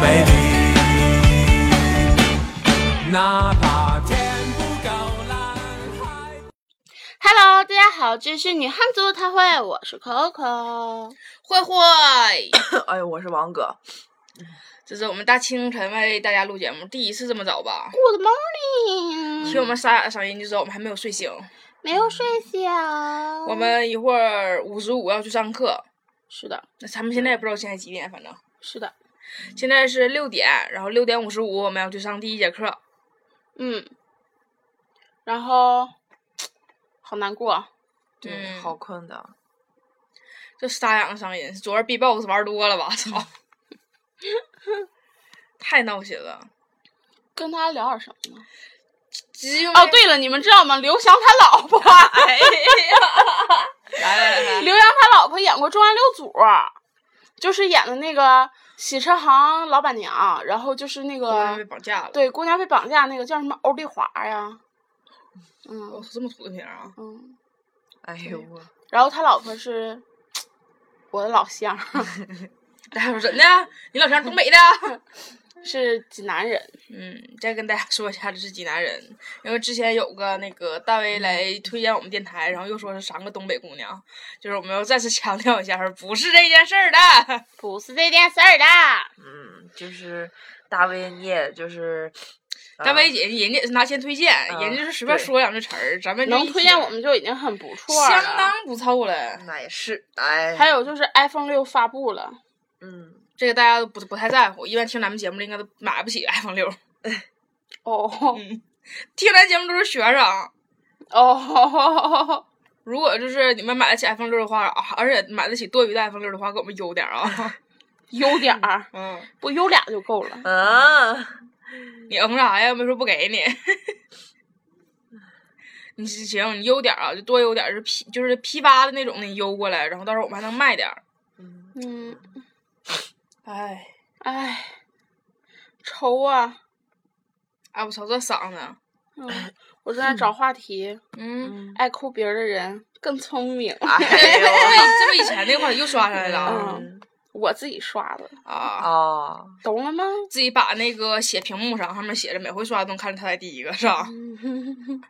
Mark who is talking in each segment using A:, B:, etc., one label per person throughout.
A: 美丽，哪怕天不够蓝海。
B: Hello，大家好，这是女汉子特会，我是 Coco。
C: 慧慧，
D: 哎，我是王哥，
C: 这是我们大清晨为大家录节目，第一次这么早吧？
B: Good
C: 听我
B: morning，
C: 们沙哑的声音就知道我们还没有睡醒。
B: 没有睡醒。
C: 我们一会儿五十五要去上课，
B: 是的，
C: 那咱们现在也不知道现在几点，反正
B: 是的，
C: 现在是六点，然后六点五十五我们要去上第一节课。
B: 嗯。然后，好难过。
D: 对，
C: 嗯
D: 好困的，
C: 这沙哑的声音，昨儿 B-box 玩多了吧？操，太闹心了。
B: 跟他聊点什么呢？
C: 只有
B: 哦，，对了，你们知道吗？刘翔他老 婆，
C: 哎呀，来来来来，
B: 刘翔他老婆演过《重案六组》，就是演的那个洗车行老板娘，然后就是那
C: 我们
B: 个
C: 被绑架了。，
B: 对姑娘被绑架那个叫什么欧丽华呀？
C: 我
B: 嗯
C: 操，这么土的名儿啊！
B: 嗯。
D: 哎呦我，
B: 然后他老婆是我的老乡，
C: 大家说真的？你老乡东北的？
B: 是济南人。
C: 嗯，再跟大家说一下，这是济南人，因为之前有个那个大威来推荐我们电台，然后又说是三个东北姑娘，就是我们要再次强调一下，不是这件事儿
D: 啊
C: 的。
B: 不是这件事儿的，
D: 嗯，就是大卫，你也就是
C: 大威姐，人家也是拿钱推荐，
D: 啊
C: 人家是随便
D: 对
C: 说两句词儿，咱们就
B: 能
C: 一
B: 推
C: 听
B: 荐我们就已经很不错了。
C: 相当不凑了。
D: 啊那也是，哎，
B: 还有就是 iPhone 六发布了，
D: 嗯，
C: 这个大家都不不太在乎，一般听咱们节目的应该都买不起 iPhone 六，
B: 哦
C: 听咱节目都是学生。
B: 哦，
C: 如果就是你们买得起 iPhone 六的话，啊而且买得起多余的 iPhone 六的话，给我们邮点儿啊。
B: 优点儿
C: 嗯，
B: 不优俩就够了。
D: 啊，
C: 你嗯啥呀？没说不给你。你是行，你邮点儿啊，就多邮点儿，就批就是批发的那种，你邮过来，然后到时候我们还能卖点儿。
D: 嗯，
B: 嗯，
C: 哎，
B: 唉，愁啊！
C: 哎，我操，这嗓子，
B: 嗯，我正在找话题，
C: 嗯，
D: 嗯
B: 爱哭别人的人更聪明。
C: 这不
D: 哎
C: 这不以前那块儿又刷上来
D: 呦，
C: 了啊
D: 嗯
B: 我自己刷的，
C: 啊！
D: 哦，
B: 懂了吗？
C: 自己把那个写屏幕上，上面写着每回刷都能看着他在第一个，是
B: 嗯
C: 吧？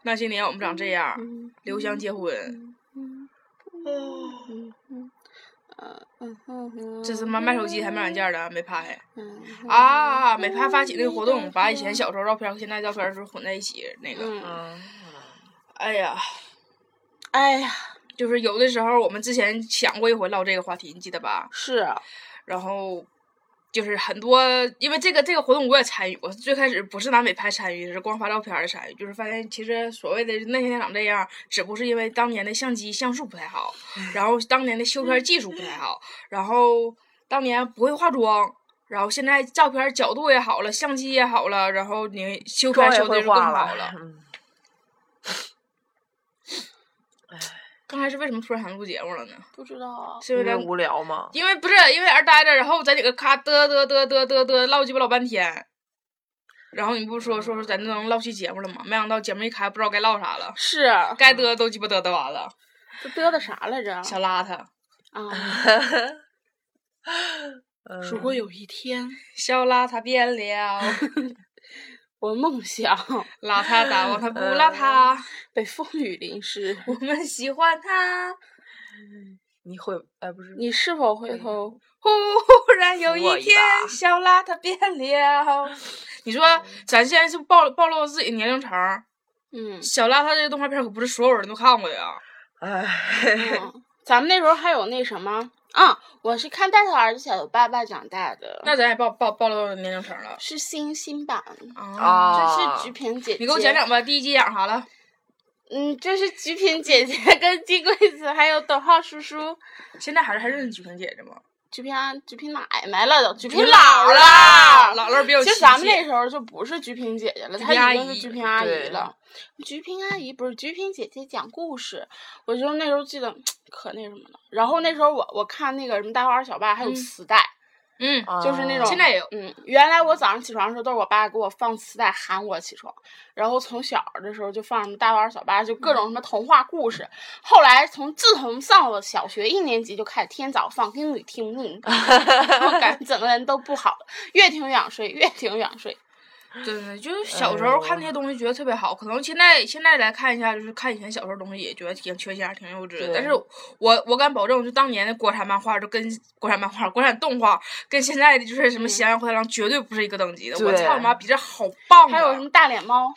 C: 那些年我们长这
B: 啊
C: 样，刘翔结婚，
B: 嗯嗯嗯嗯
C: 这他妈卖手机还卖软件儿的，没拍。
B: 嗯
C: 啊，美拍发起那个活动，把以前小时候照片和现在照片是混在一起那个。
B: 嗯，
D: 嗯，
C: 哎呀，
B: 哎呀，
C: 就是有的时候我们之前想过一回唠这个话题，你记得吧？
B: 是啊，
C: 然后就是很多，因为这个这个活动我也参与过，最开始不是拿美拍参与，是光发照片儿的参与，就是发现其实所谓的那天长这样，只不过是因为当年的相机像素不太好，
D: 嗯
C: 然后当年的修片技术不太好，然后当年不会化妆。然后现在照片角度也好了，相机也好了，然后你修片
D: 妆也
C: 修的
D: 会
C: 就更
D: 化
C: 好了。
D: 嗯，
C: 刚开始为什么突然想录节目了呢？
B: 不知道，
C: 是因
D: 因
C: 为
D: 为
C: 咱
D: 无聊 嘛，
C: 因为不是因为俺待着，然后咱几个咔嘚嘚嘚嘚嘚嘚唠鸡巴老半天，然后你不是说说说咱都能唠期节目了吗？没想到节目一开，不知道该唠啥了，
B: 是啊，
C: 该嘚都鸡巴嘚嘚完了，
B: 这嘚的啥来着？
C: 小邋遢，
B: 啊，
D: 嗯
B: 如果有一天
C: 小邋遢变了，
B: 我梦想
C: 邋遢大王他不邋遢，
B: 被风雨淋湿，
C: 我们喜欢他。
D: 你会，哎，不是，
B: 你是否回头？
C: 忽然有
D: 扶我
C: 一
D: 一
C: 天，
D: 把
C: 小邋遢变了。你说咱现在是暴露暴露自己年龄层儿，
B: 嗯，
C: 小邋遢这个动画片可不是所有人都看过的呀。
D: 哎，
B: 嗯咱们那时候还有那什么啊，我是看《大头儿子小头爸爸》长大的，
C: 那咱也暴暴暴露年龄层了
B: 是新新版，
C: 啊！
D: 啊，
B: 这是菊萍姐姐。
C: 你给我讲讲吧，第一集讲啥了？
B: 嗯，这是菊萍姐姐跟金龟子还有董浩叔叔，
C: 现在还是还认识菊萍姐姐吗？
B: 菊萍啊菊萍奶奶了都，菊
C: 菊
B: 萍
C: 姥
B: 了。
C: 姥姥比较
B: 其
C: 亲
B: 实咱们那
C: 切
B: 时候就不是菊萍姐姐了，
C: 菊
B: 她
C: 萍阿
B: 已经
C: 姨
B: 是菊萍阿姨
D: 对
B: 了。菊萍阿姨不是菊萍姐姐讲故事，我就那时候记得可那什么了。然后那时候我我看那个什么《大花儿小爸》还有
C: 嗯
B: 磁带，
C: 嗯，
B: 就是那
D: 哦
B: 种
C: 现在也有，
B: 嗯，原来我早上起床的时候都是我爸给我放磁带喊我起床，然后从小的时候就放什么大腕儿小八，就各种什么童话故事。后来从自从上了小学一年级就开始天早放英语听 力，我感觉整个人都不好了，越听越想睡，越听越想睡。
C: 对对，就是小时候看那些东西觉得特别好，可能现在现在来看一下，就是看以前小时候东西也觉得挺缺心眼儿、挺幼稚的。但是
D: 对
C: 我我敢保证，就当年的国产漫画，就跟国产漫画、国产动画跟现在的就是
B: 嗯
C: 什么《喜羊羊灰太狼》绝对不是一个等级的。我
D: 对
C: 操你妈，比这好棒啊！
B: 还有什么大脸猫？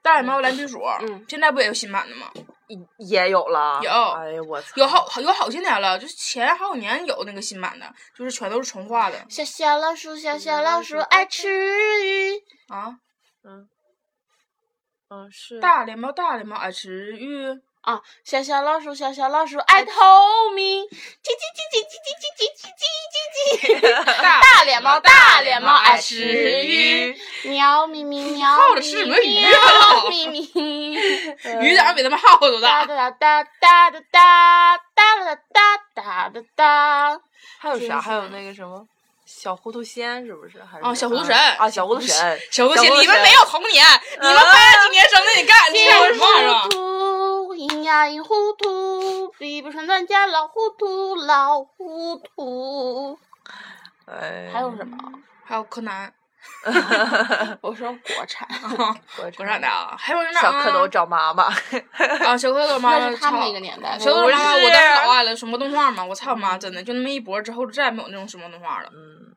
C: 大脸猫蓝皮鼠？
B: 嗯
C: 现在不也有新版的吗？
D: 也也有了，
C: 有
D: 哎呀，我操，
C: 有好有好些年了，就是前好几年有那个新版的，就是全都是重画的
B: 小小老鼠，小小老鼠爱吃鱼。
C: 啊。
D: 嗯是
C: 大脸猫，大脸猫爱吃 鱼。
B: 啊，小小老鼠，小小老鼠爱透明，叽叽叽叽叽叽叽叽叽叽叽叽叽。
C: 大
B: 大脸猫，大脸
D: 脸
B: 猫
D: 猫
B: 爱
D: 爱
B: 吃
D: 吃
B: 鱼
D: 鱼，
B: 喵咪咪喵
C: 耗
B: 咪
C: 子吃什么
B: 咪
C: 鱼啊
B: 喵咪 咪，
C: 鱼咋比他们耗子
B: 哒
C: 大？
B: 哒哒哒哒哒哒哒哒哒哒哒。
D: 还有
C: 真
D: 啥？还有
C: 是
D: 那个什么《小糊涂仙》是不是？还是
C: 啊
D: 什
C: 小
D: 么
C: 糊涂神
D: 啊，小糊涂神，
C: 小东西，
D: 小东
C: 你们
D: 西
C: 没有童年，
B: 嗯
C: 你们八几年生的，你干你有什么玩意儿啊
B: 糊？涂，咿呀咿糊涂，比不上咱家老糊涂，老糊涂。
D: 哎，
B: 还有什么？
C: 还有柯南，哎
B: 我说国产，
D: 国
C: 国产的啊，还有那
D: 小蝌蚪
C: 啊
D: 找 妈妈，
C: 啊，小蝌蚪妈
B: 那
C: 妈
B: 是他们
C: 操
B: 那个年代的。嗯
C: 小蝌蚪妈妈，
D: 不
C: 我当时老
D: 是
C: 爱了，什么动画嘛，我操妈，真的就那么一波之后，就再也没有那种什么动画了。
D: 嗯，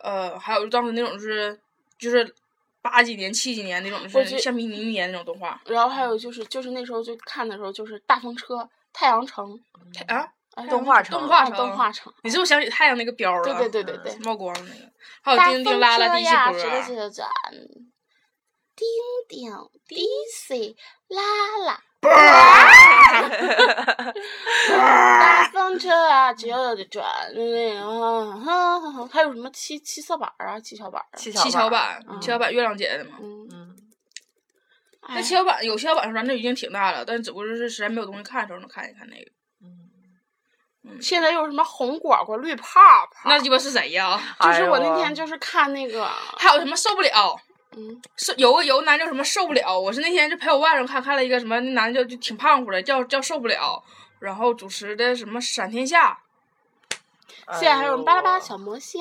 C: 呃，还有就当时那种就是就是八几年、七几年那种，
B: 我
C: 就
B: 觉
C: 是橡皮泥年那种动画。
B: 然后还有就是就是那时候就看的时候就是大风车、太阳城、
C: 啊，
B: 哎
D: 动画城
B: 啊
C: 动画城，
B: 动画城。
C: 你是不是想起太阳那个标了？
B: 对对对对对，
C: 冒光的那个，还有
B: 大
C: 叮
B: 风
C: 叮啦啦
B: 车
C: 第一啊
B: 呀
C: 波
B: 这个这
C: 儿，
B: 个转，叮叮滴滴啦啦，大风车啊，只要有的转，那啊，还有什么七七色板儿啊，七巧板儿啊，
D: 七
C: 七巧
D: 巧，
C: 板，
B: 嗯
C: 七巧板月亮姐的嘛。
B: 嗯，
D: 嗯，
B: 哎
C: 那七巧板有七巧板的时候，咱这已经挺大了，但只不过是实在没有东西看的时候能看一看那个。
B: 现在又是什么红果果、绿泡泡，
C: 那鸡巴是谁呀？
B: 就是
D: 哎
B: 我那
D: 呦
B: 天就是看那个，
C: 还有什么受不了？
B: 嗯，
C: 受有个有个男叫什么受不了，我是那天就陪我外甥看看了一个什么那男的就就挺胖乎的，叫叫受不了，然后主持的什么闪天下，
B: 现在还有
D: 哎
B: 什
D: 呦
B: 么巴拉巴拉小魔仙，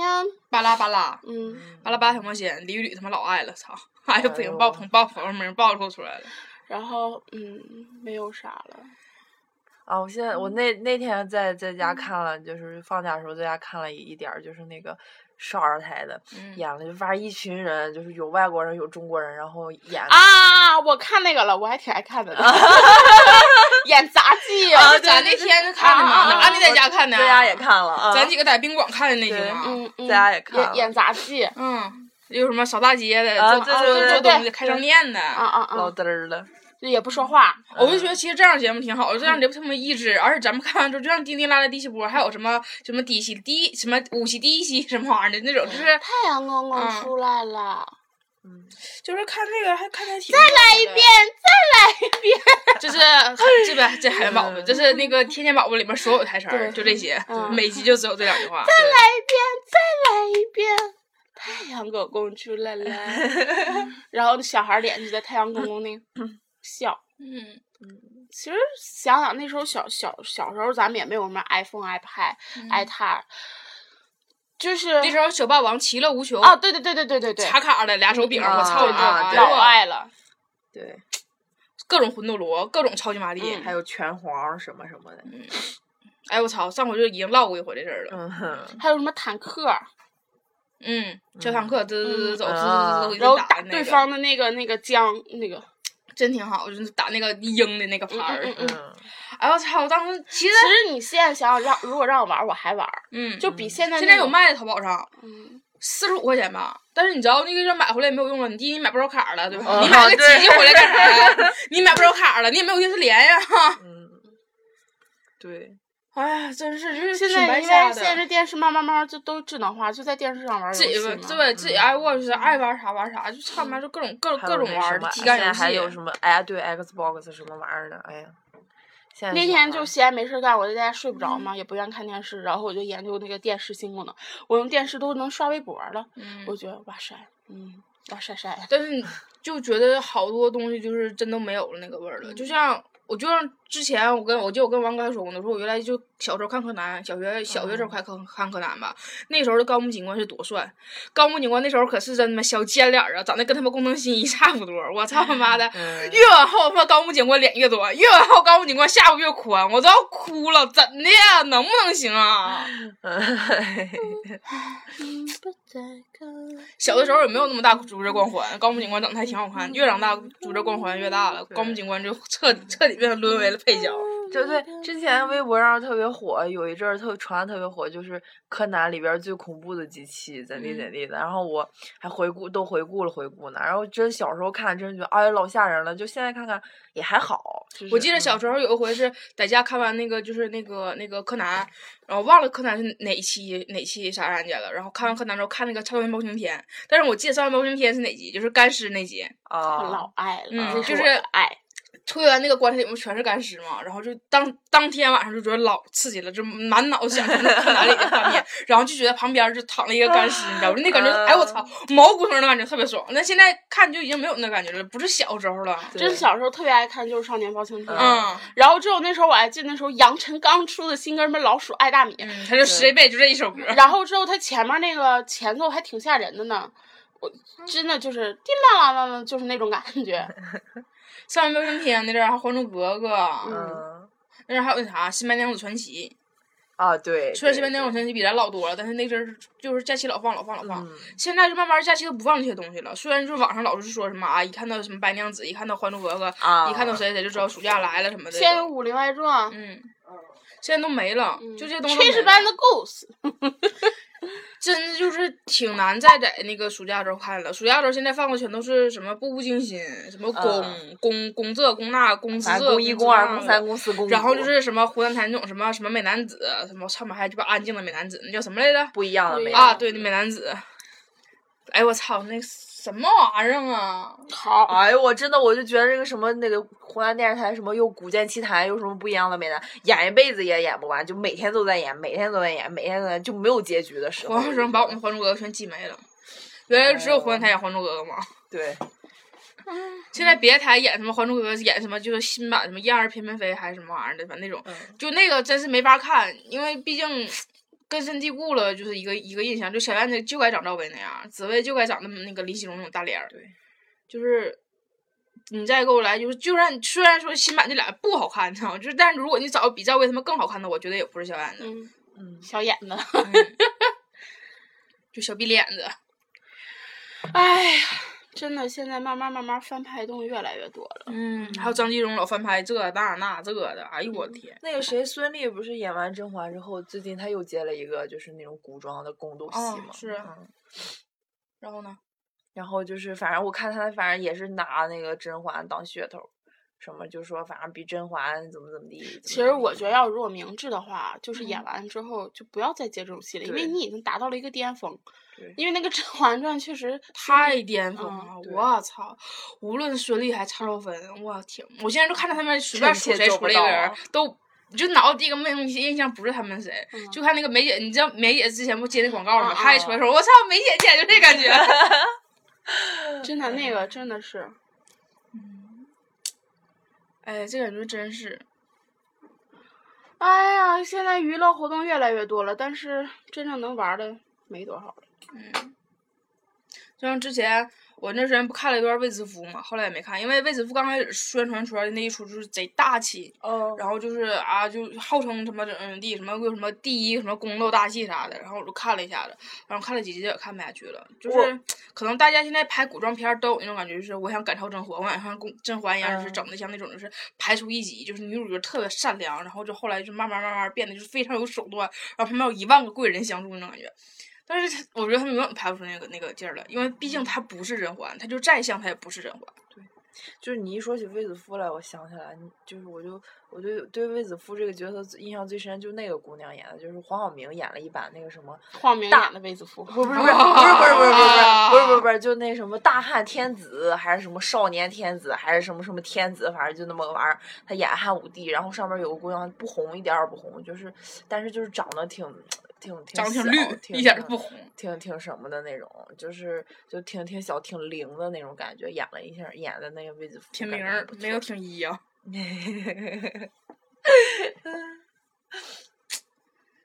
C: 巴拉巴拉，
B: 嗯。
C: 巴拉巴小魔仙，李宇他妈老爱了，操！哎呦，不
D: 哎
C: 行，
D: 呦
C: 爆棚爆棚名暴露出来了。
B: 然后嗯，没有啥了。
D: 啊！我现在
B: 嗯
D: 我那那天在在家看了，就是放假的时候在家看了一点儿，就是那个少儿台的
C: 嗯
D: 演了，就发现一群人，就是有外国人有中国人，然后演
B: 啊，我看那个了，我还挺爱看的呢， 演杂技
D: 啊
B: 啊
D: 对
C: 咱那天看的
B: 啊啊
C: 嘛，
B: 啊
C: 安妮在家看的，
D: 在家也，看了啊，
C: 咱几个在宾馆看的那集嘛。
B: 嗯嗯，
D: 大家也看
B: 演
D: 了
B: 演杂技，啊
C: 嗯，有什么扫大街的，
D: 啊
C: 做
D: 对对
C: 做
D: 对
C: 做
B: 对
C: 东西，开商店的，
B: 啊啊
D: 老
B: 啊，
D: 嘚儿了，
B: 就也不说话，
C: 我就觉
D: 啊
C: 得其实这样节目挺好的，这样节目特别益智，而且咱们看完之后，就像叮叮啦啦第七波，还有什么什么第一期第一什么五期第一期什么玩意儿的那种，就是
B: 太阳公公
C: 嗯
B: 出来了，
D: 嗯，
C: 就是看这个还看还挺再来一
B: 变，再来一遍，
C: 就是这边这海绵宝宝，就是那个天天宝宝里面所有台词儿，
B: 对
C: 就这些，
B: 嗯
C: 每集就只有这两句话。
B: 再来一遍，再来一遍。太阳公公出来了，然后小孩脸就在太阳公公那笑。
C: 嗯，
B: 其实想想那时候小小小时候，咱们也没有什么 iPhone、iPad、iPad，就是
C: 那时候小霸王其乐无穷，
B: 啊，对对对对对对对，
C: 卡卡的俩手柄，
D: 嗯
C: 我操你
D: 啊
C: 妈！
D: 对
B: 老
C: 呀，
B: 爱了，
D: 对，
C: 各种魂斗罗，各种超级玛丽
B: 嗯。
D: 还有拳皇什么什么的，
C: 哎，我操！上回就已经唠过一回这事儿了。
D: 嗯哼，
B: 还有什么坦克，
C: 嗯，小坦克滋
B: 嗯
C: 滋滋走，滋
D: 啊
C: 滋滋
B: 然后
C: 走，
B: 打
C: 打
B: 对方的那个那个将那个，
C: 真挺好，就是打那个鹰的那个牌儿。
B: 嗯嗯
D: 嗯，
C: 哎我操！我当时
B: 其
C: 其实
B: 实你现在想想让，如果让我玩，我还玩，
C: 嗯，
B: 就比现在
C: 现
B: 那
C: 在有
B: 种，
C: 卖的淘宝上，
B: 嗯
C: 四十五块钱吧。但是你知道那个要买回来也没有用了，你第一你买不着卡了，对吧？
D: 哦
C: 你买个
D: 对
C: 机器回来干啥呀？啊你买不着卡了，你也没有电视连呀。
D: 嗯，对，
C: 哎呀，真是就是
B: 现
C: 挺
B: 在
C: 白
B: 因
C: 瞎
B: 为
C: 的
B: 现在这电视慢慢慢慢就都智能化，就在电视上玩游
C: 自己
B: 戏嘛。
C: 对自己爱玩就是爱玩啥玩啥，就他妈就各种各种
D: 嗯还
C: 各
D: 有
C: 种
D: 那
C: 玩
D: 什
C: 儿
D: 么
C: 体
D: 现
C: 感
D: 在
C: 游
D: 还有
C: 戏
D: 什。么哎，对，Xbox 什么玩意儿的，哎呀，现在
B: 那
D: 小
B: 天
D: 孩
B: 就
D: 儿
B: 闲没事儿干，我在家睡不
C: 嗯
B: 着嘛，也不愿看电视，然后我就研究那个电视新功能，我用电视都能刷微博了，
C: 嗯
B: 我觉得哇塞，嗯，哇塞塞，
C: 但是你就觉得好多东西就是真都没有了那个味儿了。就像我就像之前我跟我记得我跟王哥还说过呢，我说我原来就小时候看柯南，小学小学时候看柯看柯南吧，那时候的高木警官是多帅，高木警官那时候可是真他妈小尖脸儿啊，长得跟他妈工藤新一差不多，我操他妈的！
D: 嗯
C: 越往后他妈高木警官脸越多，越往后高木警官下巴越宽，我都要哭了，怎的呀？能不能行啊？
B: 嗯不再看
C: 小的时候也没有那么大主角光环，高木警官长得还挺好看，越长大主角光环越大了，高木警官就彻底彻底变成沦为了配角。
B: 嗯
D: 就对，之前微博上特别火，有一阵儿特传的特别火，就是柯南里边儿最恐怖的机器怎
C: 嗯
D: 地怎地的。然后我还回顾，都回顾了回顾呢。然后真小时候看，真觉得哎呀老吓人了。就现在看看也还好。就是
C: 我记得
D: 嗯
C: 小时候有一回是在家看完那个就是那个那个柯南，然后忘了柯南是哪一期哪期啥案件了，然后看完柯南之后看那个《超人包青天》，但是我记得《超人包青天》是哪集，就是干尸那集。
D: 啊，
B: 老爱了，
C: 嗯
B: 这
C: 就是
B: 是我的爱，
C: 推完那个棺材里面全是干尸嘛，然后就当当天晚上就觉得老刺激了，就满脑子想象那个柯南里的画 面，然后就觉得旁边就躺了一个干尸，你知道吗？就那感觉，
D: 啊
C: 哎我操，毛骨悚然的感觉特别爽。那现在看就已经没有那感觉了，不是小时候了。
D: 对
B: 真小时候特别爱看，就是《少年包青天》
C: 嗯，
B: 然后之后那时候我还记得那时候杨晨刚出的新歌儿什么《老鼠爱大 米》，
C: 嗯他就十一倍就这一首歌，
B: 然后之后他前面那个前奏还挺吓人的呢，我
C: 嗯
B: 真的就是叮啦啦啦啦，就是那种感觉。
C: 《上元标青天》那阵儿，还有《还珠格格》，
D: 嗯
C: 那阵儿还有那啥《新白娘子传奇
D: 啊，对，》，
C: 虽然《
D: 对
C: 新白娘子传奇》比咱老多了，但是那阵儿就是假期老放老放老放。
D: 嗯
C: 现在就慢慢假期都不放这些东西了。虽然就是网上老是说什么啊，一看到什么白娘子，一看到还珠格格，
D: 啊
C: 一看到谁谁就知道暑假来了什么的。
B: 现在有《武林外传》
C: 嗯，现在都没了，就这些东西都没
B: 炊
C: 了。
B: 事班的 Ghost》，
C: 真的就是挺难再在那个暑假时候看了。暑假时候现在放的全都是什么《步步惊心》，什么宫宫宫这宫那宫这
D: 反正宫一、
C: 这
D: 宫二、
C: 那
D: 宫
C: 的
D: 三、宫四、宫五，
C: 然后就是什么湖南台那种什么什么美男子，什么上面还有这边安静的美男子，那叫什么来着？
D: 不一样的
B: 不一
D: 美
B: 样
C: 啊，对，那美男子。哎我操，那什么玩意儿啊？
B: 好，
D: 哎呦，我真的我就觉得这个什么那个湖南电视台什么又古剑奇谭又什么不一样的美男，演一辈子也演不完，就每天都在演，每天都在演，每天都在就没有哎结局的时候。
C: 黄晓生把我们《还珠格格》全挤没了。原来只有湖南台演《还珠格格》嘛，
D: 对，
C: 现在别的台演什么《还珠格格》，演什么就是新版什么《燕儿翩翩飞》还是什么玩意儿的，反正那种，就那个真是没法看，因为毕竟根深蒂固了，就是一个一个印象，就小燕子就该长赵薇那样，紫薇就该长那么那个林熙荣那种大脸儿，对，就是你再给我来，就是就算虽然说新版这俩不好看，你知道吗？就是但是如果你找比赵薇他们更好看的，我觉得也不是小燕子，
B: 嗯，
D: 嗯，
B: 小眼子，
C: 就小逼脸子。
B: 哎呀，真的现在慢慢慢慢翻拍动越来越多了。
C: 嗯，还有张纪中老翻拍这那那这的，哎呦我的天！
D: 那个谁孙俪不是演完甄嬛之后，最近她又接了一个就是那种古装的宫斗戏
C: 哦
D: 嘛，
C: 是啊
D: 嗯
C: 然后呢？
D: 然后就是反正我看她反正也是拿那个甄嬛当噱头，什么就说反正比甄嬛怎么怎么地。怎么
B: 其
D: 怎
B: 实
D: 么
B: 我
D: 地
B: 觉得，要如果明智的话，就是演
C: 嗯
B: 完之后就不要再接这种戏了，因为
D: 对
B: 你已经达到了一个巅峰
D: 对。
B: 因为那个《甄嬛传》确实
C: 太巅峰了！
D: 对
C: 我操，无论孙俪还蔡少芬，我天！我现在就看着他们随便
D: 臣
C: 数
D: 妾
C: 谁
D: 做
C: 出
D: 不
C: 来一个
D: 到
C: 人
D: 啊，
C: 都就脑子第一个没有印象不是他们谁。
B: 嗯
C: 就看那个梅姐，你知道梅姐之前不接那广告吗？
B: 嗯
C: 她一出来说：“我操，梅姐姐就这感觉。
B: 真的那个真的是，”
C: 哎，这感觉真是
B: 哎呀，现在娱乐活动越来越多了，但是真正能玩儿的没多少了。
C: 就像之前我那时间不看了一段卫子夫嘛，后来也没看，因为卫子夫刚开始宣传出来的那一出就是贼大气，
D: 哦，
C: 然后就是啊，就号称什么怎么怎么地，什么又什么第一什么宫斗大戏啥的，然后我就看了一下子，然后看了几集也看不下去了，就
D: 我
C: 是可能大家现在拍古装片儿都有那种感觉，就是我想赶超甄嬛，我想像宫甄嬛一样，就是
D: 嗯
C: 整的像那种就是排除异己，就是女主角特别善良，然后就后来就慢慢慢慢变得就是非常有手段，然后旁边有一万个贵人相助那种感觉。但是他，
D: 嗯
C: 我觉得他们永远拍不出那个那个劲儿来，因为毕竟她不是甄嬛，她就再像她也不是甄嬛。
D: 就是你一说起卫子夫来，我想起来，你就是我就我对对卫子夫这个角色最印象最深，就是那个姑娘演的，就是黄晓明演了一版那个什么，
B: 黄明
D: 大
B: 演的卫子夫，
D: 不是不是不是不是不是不是不是不是不是，就那什么大汉天子还是什么少年天子还是什么什么天子，反正就那么个玩意儿。他演汉武帝，然后上面有个姑娘不红一点儿也不红，就是但是就是长得挺挺挺
C: 长得挺
D: 小
C: 绿，
D: 挺
C: 一点儿都
D: 嗯
C: 不红。
D: 挺挺什么的那种，就是就挺挺小、挺灵的那种感觉，演了一下，演的那个卫子夫，
C: 挺
D: 感
C: 名
D: 觉还
C: 儿
D: 不，
C: 没有挺一啊。
D: 错。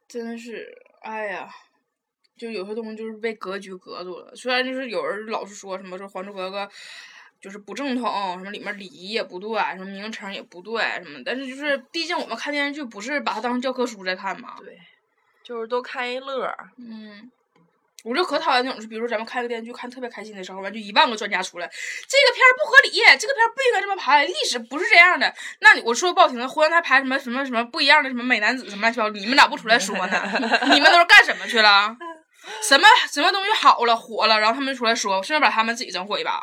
C: 真是，哎呀，就有些东西就是被格局隔住了。虽然就是有人老是说什么说《还珠格格》就是不正统，什么里面礼仪也不对，什么名称也不对，什么，但是就是毕竟我们看电视剧不是把它当成教科书在看嘛。
D: 对，就是都看一乐儿，
C: 嗯。我就可讨厌那种，就比如说咱们看个电视剧，看特别开心的时候，完就一万个专家出来，这个片儿不合理，这个片儿不应该这么拍，历史不是这样的。那你我说不好听的，湖南台拍什么什么什么不一样的什么美男子什么乱七八糟，你们咋不出来说呢？ 你们都是干什么去了？什么什么东西好了火了，然后他们出来说，顺便把他们自己整火一把。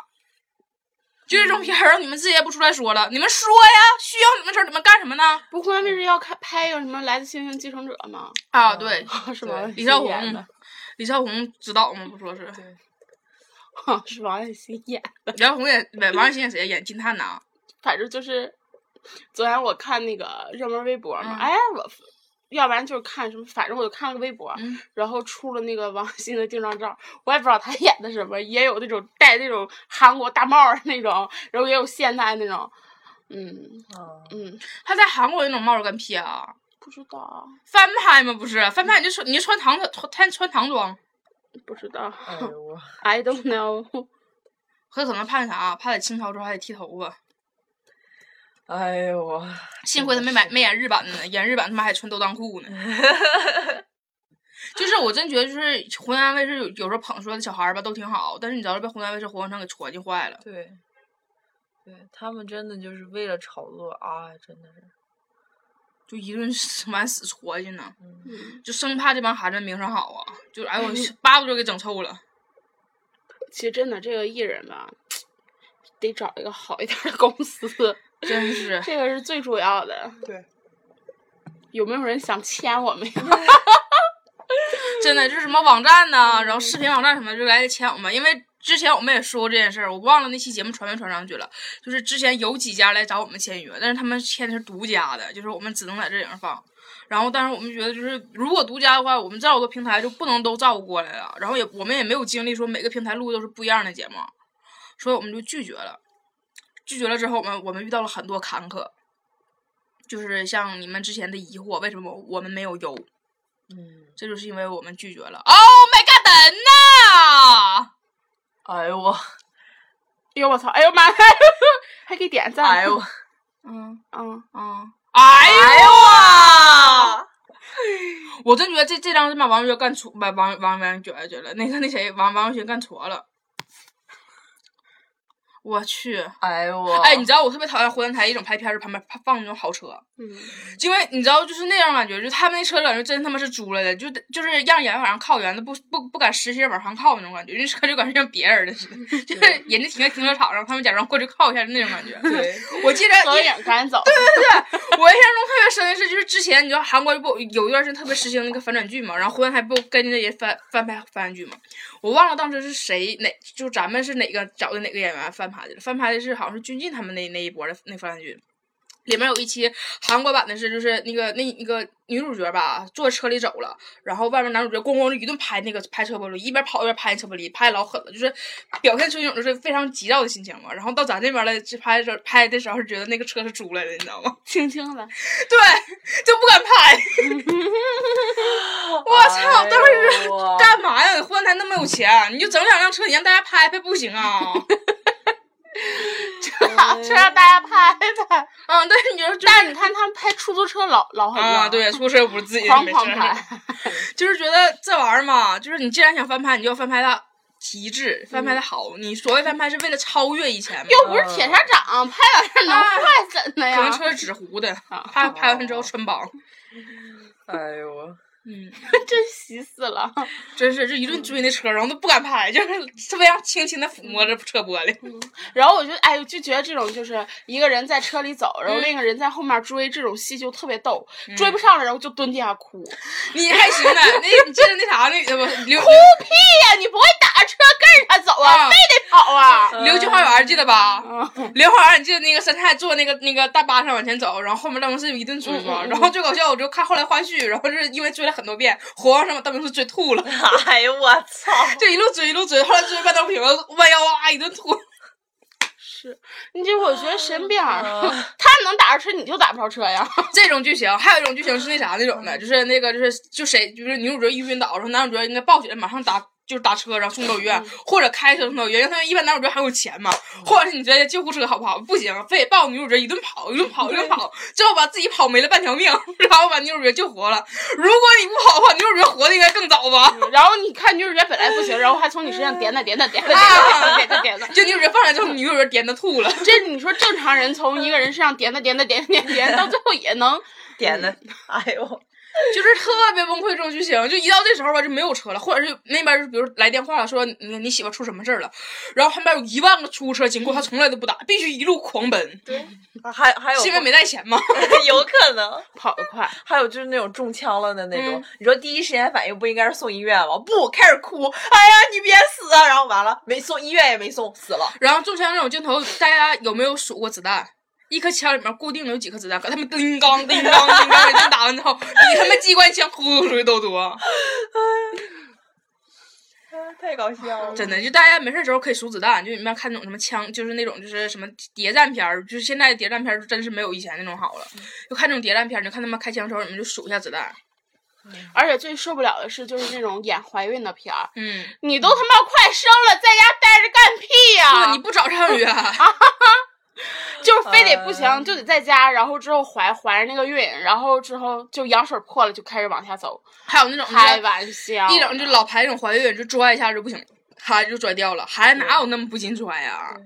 C: 就这种片儿，然后你们自己也不出来说了，你们说呀，需要你们的时候你们干什么呢？
B: 不湖南卫视要开拍一个什么《来自星星继承者》 吗？
C: 啊，对，
B: 是吗？
D: 对
C: 李少
B: 谁演
D: 嗯
C: 红
B: 的，
C: 李少红指导嘛，不说是。
B: 是王栎鑫演。
C: 杨红也不是王栎鑫演谁演金叹呐？
B: 反正就是，昨天我看那个热门微博嘛，
C: 嗯
B: 哎，我要不然就是看什么，反正我就看了个微博，
C: 嗯
B: 然后出了那个王栎鑫的定妆照，我也不知道他演的什么，也有那种戴那种韩国大帽儿那种，然后也有现代那种，嗯
D: 嗯，
B: 嗯，
C: 他在韩国有那种帽儿干屁啊？
B: 不知道
C: 翻拍吗？不是翻拍，你就穿你就穿唐穿穿唐装，
B: 不知道、
D: 哎呦我，
B: i don't know，
C: 很可能怕啥？啊怕在清朝之后还得剃头发。
D: 哎呦我，
C: 幸亏他没买没演日版的呢，演日版他妈还穿兜裆裤呢。就是我真觉得，就是湖南卫视有有时候捧出来的小孩儿吧，都挺好，但是你知道被湖南卫视活广场给戳进坏了。
D: 对，对他们真的就是为了炒作啊，真的是，
C: 就一顿死往死戳去呢，
D: 嗯，
B: 嗯，
C: 就生怕这帮孩子名声好啊，就哎呦，巴不得给整臭了。
B: 其实真的这个艺人吧，得找一个好一点儿的公司。
C: 真是
B: 这个是最主要的。
D: 对。
B: 有没有人想签我们呀？
C: 真的，就是什么网站呐、然后视频网站什么的就来签我们，因为之前我们也说过这件事儿，我忘了那期节目传没传上去了。就是之前有几家来找我们签约，但是他们签的是独家的，就是我们只能在这顶上放。然后，但是我们觉得，就是如果独家的话，我们这么多平台就不能都照顾过来了。然后也我们也没有精力说每个平台录都是不一样的节目，所以我们就拒绝了。拒绝了之后，我们我们遇到了很多坎坷，就是像你们之前的疑惑，为什么我们没有优？
D: 嗯，
C: 这就是因为我们拒绝了。Oh my god，等呐！
D: 哎呦我，
B: 哎呦我操！哎呦妈呀！ 还给点赞！
D: 哎呦我，
C: 嗯
B: 嗯，
C: 嗯，哎
D: 哎呦我，
C: 呦，我真觉得这这张是把王源干错，把王王源卷去了。那个那谁，王王源干错了。我去，
D: 哎呦我，
C: 哎，你知道我特别讨厌湖南台一种拍片儿，旁边啪放那种豪车，
B: 嗯，
C: 因为你知道就是那样感觉，就他们那车感觉真他妈是租来的，就就是让演员往上靠，原的不不不敢实心往上靠那种感觉，那车就感觉像别人的似的， 就是人家停在停车场上，他们假装过去靠一下那种感觉。
D: 对，
C: 我记得
B: 合
C: 一
B: 影赶走。
C: 我印象中特别深的是，就是之前你知道韩国不有一段时间特别实行那个反转剧嘛，然后湖南台不跟着也翻翻拍翻拍剧嘛，我忘了当时是谁哪，就咱们是哪个找的哪个演员翻拍的了，翻拍的是好像是军进他们那那一波的那翻拍剧，里面有一期韩国版的是就是那个那那个女主角吧坐车里走了，然后外面男主角咣咣就一顿拍那个拍车玻璃，一边跑一边拍车玻璃，拍老狠了，就是表现出一种就是非常急躁的心情嘛。然后到咱这边来拍的时候拍的时候，觉得那个车是租来的，你知道吗？
B: 轻轻的，
C: 对， 就不 敢拍。我操，
D: 哎
C: 当时
D: 呦我
C: 干嘛呀？湖南台那么有钱，啊你就整两辆车，你让大家拍拍不行 啊？
B: 这让大家拍拍。
C: 嗯，但是你说就是
B: 但是你看他们拍出租车老老狠
C: 啊，
B: 了，
C: 对，出车又不是自己的，
B: 哐
C: 没
B: 哐
C: 事儿
B: 拍。
C: 就是觉得这玩意儿嘛，就是你既然想翻拍，你就要翻拍到极致，翻拍的好。你所谓翻拍是为了超越以前嘛。
B: 嗯又不是铁砂掌，拍到这儿能快怎的
C: 啊可能
B: 呀？
C: 车是纸糊的
B: 啊，
C: 怕拍完之后穿帮。
D: 哎呦我，
C: 嗯，
B: 真稀死了。
C: 真是就一顿追那车，然后都不敢拍，就是非常轻轻的抚摸着车玻璃。
B: 然后我就哎，就觉得这种就是一个人在车里走，
C: 嗯
B: 然后另一个人在后面追，这种戏就特别逗。追不上了，然后就蹲地下哭。
C: 你还行 呢，那你记得那啥那呃不刘
B: 哭屁呀、你不会打车跟着他走啊，
C: 啊嗯
B: 非得跑啊。
C: 刘刘菊花园记得吧？
B: 嗯
C: 刘花园你记得那个杉菜坐那个那个大巴上往前走，然后后面大明寺一顿追嘛，
B: 嗯嗯嗯
C: 然后最搞笑我就看后来花絮，然后就是因为追了很多遍，啊活往上把大明寺追 吐了，
D: 哎呦我 操！
C: 就一路追一路追，后来追半道屏了，弯腰啊一顿吐。
B: 是，你就我觉得神
C: 啊
B: 病儿， 他能打着车，你就打不着车呀。
C: 这种剧情，还有一种剧情是那啥那种的，就是那个就是就谁就是女主角一晕倒，然后男主角应该抱起来马上打。就是打车，然后送到医院，或者开车送到医院。因为他们一般男主角还有钱嘛，或者是你直接救护车好不好？不行，非得抱女主角一顿跑，一顿跑，一顿跑，最后把自己跑没了半条命， 然后把女主角救活了。如果你不跑的话，女主角活的应该更早吧？
B: 然后你看女主角本来不行，然后还从你身上点点点点点点点点点点点。
C: 就女主角放下之后，女主角颠的吐了。
B: 这你说正常人从一个人身上点的点的点点点，到最后也能
D: 点 的，哎呦，
C: 就是特别崩溃这种剧情，就一到这时候吧，就没有车了，或者是那边就比如来电话了，说你你媳妇出什么事儿了，然后旁边有一万个出租车经过，他从来都不打，必须一路狂奔，
D: 啊还还有
C: 是因为没带钱吗？
D: 有可能，
B: 跑得快。
D: 还有就是那种中枪了的那种
C: 嗯，
D: 你说第一时间反应不应该是送医院吗？不，开始哭，哎呀，你别死啊！然后完了，没送医院也没送，死了。
C: 然后中枪这种镜头，大家有没有数过子弹？一颗枪里面固定有几颗子弹？可他们叮当叮当叮当一顿打完之后，比他们机关枪呼出去都多。
D: 啊太搞笑 了，
C: 真的，就大家没事儿时候可以数子弹，就你们看那种什么枪，就是那种就是什么谍战片儿，就是现在的谍战片儿真是没有以前那种好了。
D: 嗯
C: 就看那种谍战片儿，你就看他们开枪的时候，你们就数一下子弹。
B: 而且最受不了的是，就是那种演怀孕的片儿，
C: 嗯，
B: 你都他妈快生了，在家待着干屁呀、
C: 你不找上啊远，
D: 啊
B: 就是非得不行，
D: 嗯
B: 就得在家，然后之后怀怀着那个孕，然后之后就羊水破了，就开始往下走。
C: 还有那种就
B: 开
C: 是
B: 玩笑，啊
C: 一整就老牌那种怀孕，就拽一下就不行，孩子就拽掉了，孩子哪有那么不经拽啊呀？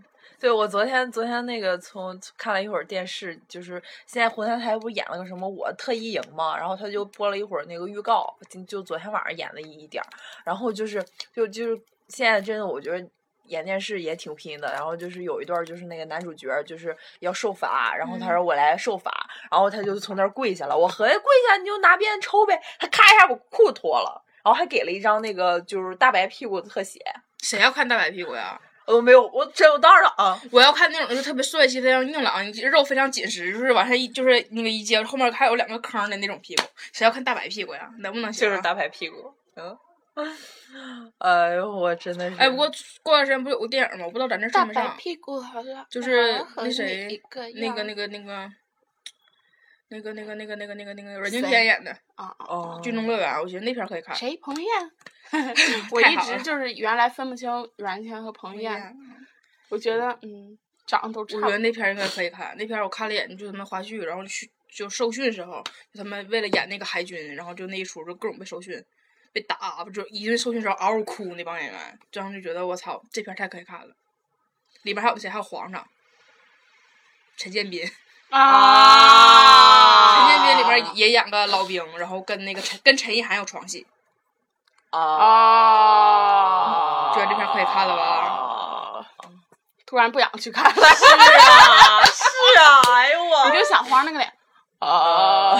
D: 对我昨天昨天那个从看了一会儿电视，就是现在湖南台不是演了个什么我特意营嘛，然后他就播了一会儿那个预告，就就昨天晚上演了一一点儿，然后就是就就是现在真的我觉得。演电视也挺拼的，然后就是有一段儿就是那个男主角儿就是要受罚，然后他
C: 嗯
D: 说我来受罚，然后他就从那儿跪下了。我合计跪下你就拿鞭子抽呗，他咔一下把裤脱了，然后还给了一张那个就是大白屁股的特写。
C: 谁要看大白屁股呀？
D: 我没有，我真我当然了啊，
C: 我要看那种就是特别帅气、非常硬朗、肉非常紧实，就是往上一就是那个一接，后面还有两个坑的那种屁股。谁要看大白屁股呀？能不能行
D: 就
C: 啊？
D: 是大白屁股。嗯， 哎呦，我真的是。
C: 哎，不过过段时间不是有个电影吗？我不知道咱这
B: 大
C: 上没
B: 白
C: 上，
B: 屁股好像
C: 就是
B: 和
C: 那
B: 你
C: 谁
B: 一个
C: 那个
B: 样
C: 那个那个那个那个那个那个那个那个阮经
B: 谁
C: 天演的
B: 啊啊，
D: 哦
C: 《军中乐园》，我觉得那片儿可以看。
B: 谁彭于晏？我
C: 太
B: 一
C: 好
B: 直
C: 了
B: 就是原来分不清阮经天和彭于晏，我觉得嗯长得都差
C: 我
B: 不
C: 觉
B: 多。
C: 得那片儿应该可以看，那片儿我看了一眼，就他们花絮，然后去就受训时候，就他们为了演那个海军，然后就那一出就各种被受训，被打，就一顿受训时候嗷嗷哭那帮演员，这样就觉得我操，这片儿太可以看了。里边还有谁？还有皇上，陈建斌，陈
D: 啊
C: 建斌里
B: 啊
C: 边也演个老兵，然后跟那个陈跟陈意涵有床戏，
B: 啊
C: 觉得这片儿可以看了吧？
D: 啊
B: 突然不想去看了，
D: 是啊，是啊，哎呦我
B: 我就想皇上那个 脸啊，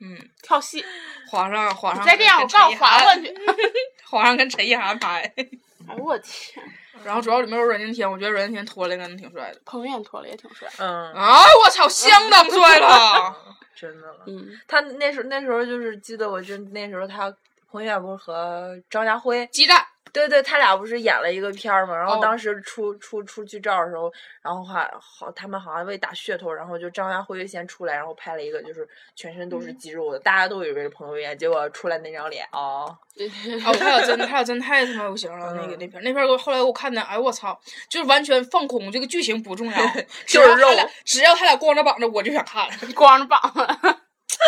C: 嗯，
B: 跳戏。
C: 皇上皇上
B: 再这样，我
C: 跟陈
B: 告
C: 意
B: 诉华
C: 涵
B: 过去。
C: 皇上跟陈意涵拍，
B: 哎呦我天，
C: 然后主要里面有阮经天，我觉得阮经天脱了应该能挺帅的。
B: 彭于晏脱了也挺帅。
D: 嗯，
C: 啊！我操，相当帅了！
D: 真的了。
B: 嗯，
D: 他那时候那时候就是记得我真那时候他彭于晏不是和张家辉，
C: 激战，
D: 对对，他俩不是演了一个片儿嘛，然
C: 哦
D: 后当时出、出出剧照的时候，然后还好他们好像为打噱头，然后就张家辉先出来，然后拍了一个就是全身都是肌肉的，大家都以为是彭于晏，结果出来那张脸啊、哦，
C: 哦，他俩真，他俩真太他妈不行了。那
B: 嗯
C: 个那片儿那片儿我后来我看的，哎我操，就是完全放空，这个剧情不重 要，只
D: 就是
C: 要他
D: 肉
C: 俩只要他俩光着膀子，我就想看了，
B: 光着膀子。
C: 特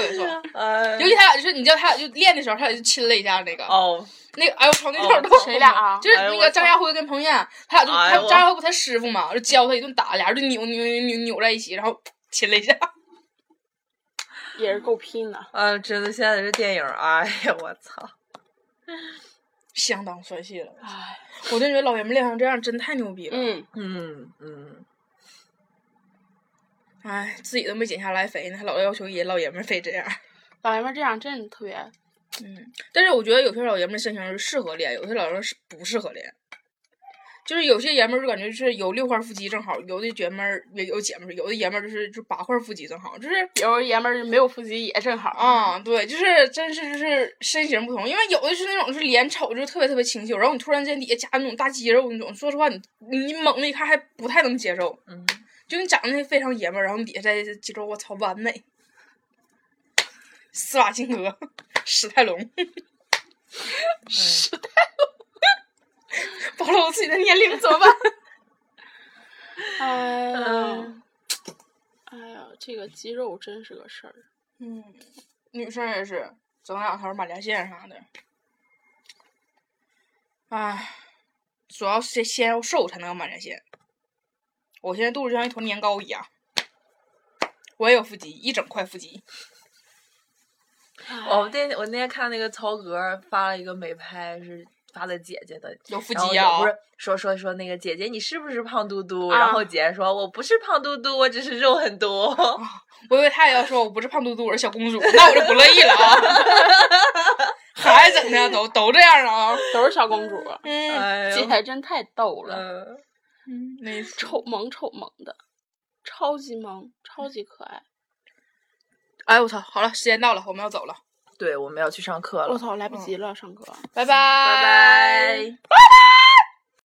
C: 别
B: 啊
C: 帅。
D: 呃
C: 尤其他俩就是，你知道他俩就练的时候，他俩就亲了一下那个，
D: 哦，
C: 那个，哎呦我操，那块儿都
B: 谁俩啊
C: 就是
D: 哎呦
C: 那
D: 我
C: 个
D: 操
C: 张家辉跟彭于晏，他俩就
D: 哎
C: 他
D: 呦
C: 张家辉不他师傅嘛，就教他一顿打，俩人就扭扭扭扭扭在一起，然后亲了一下。
B: 也是够拼的。
D: 啊，真的，现在这电影儿，哎呀，我操！
C: 相当帅气了。
B: 唉，
C: 我就觉得老爷们练成这样真太牛逼了。
B: 嗯，
D: 嗯嗯，
C: 哎，自己都没减下来肥呢，还老要求人老爷们儿 非这样。
B: 老爷们儿这样真的特别，
C: 嗯，但是我觉得有些老爷们儿身形是适合练，有些老爷们儿是不适合练。就是有些爷们儿就感觉是有六块腹肌正好，有的爷们儿也有姐们儿，有的爷们儿就是就八块腹肌正好，就是
B: 有的爷们儿就没有腹肌也正好。
C: 啊、对，就是真是就是身形不同，因为有的是那种是脸瞅着就特别特别清秀，然后你突然间底下加那种大肌肉那种，说实话你你猛的一看还不太能接受，
D: 嗯，
C: 就你长得非常爷们儿，然后你底下再肌肉，我操，完美，施瓦辛格，史泰龙， 暴露我自己的年龄怎么办？
B: 哎呀
D: 嗯，
B: 哎呀，这个肌肉真是个事儿。
C: 嗯，女生也是整两条马甲线啥的，唉，主要是先要瘦才能有马甲线。我现在肚子就像一坨年糕一样，我也有腹肌，一整块腹肌。
D: 我那我那天看那个曹格发了一个美拍，是发的姐姐的
C: 有腹
D: 然后
C: 肌
D: 就
C: 啊
D: 不！是说说说那个姐姐，你是不是胖嘟嘟？
B: 啊
D: 然后姐姐说我不是胖嘟嘟，我只是肉很 多。
C: 我以为他也要说我不是胖嘟嘟，我是小公主，那我就不乐意了啊！ 还整的都都这样啊！
B: 都是小公主，
C: 嗯，
D: 哎
B: 姐
D: 呦，
B: 还真太逗了，
D: 嗯，
C: 没
B: 丑萌丑萌的，超级萌，超级可爱。
C: 哎，我操！好了，时间到了，我们要走了，
D: 对，我们要去上课
B: 我
D: 了，
B: 操，来不及了，上课。
C: 拜拜，
D: 拜拜。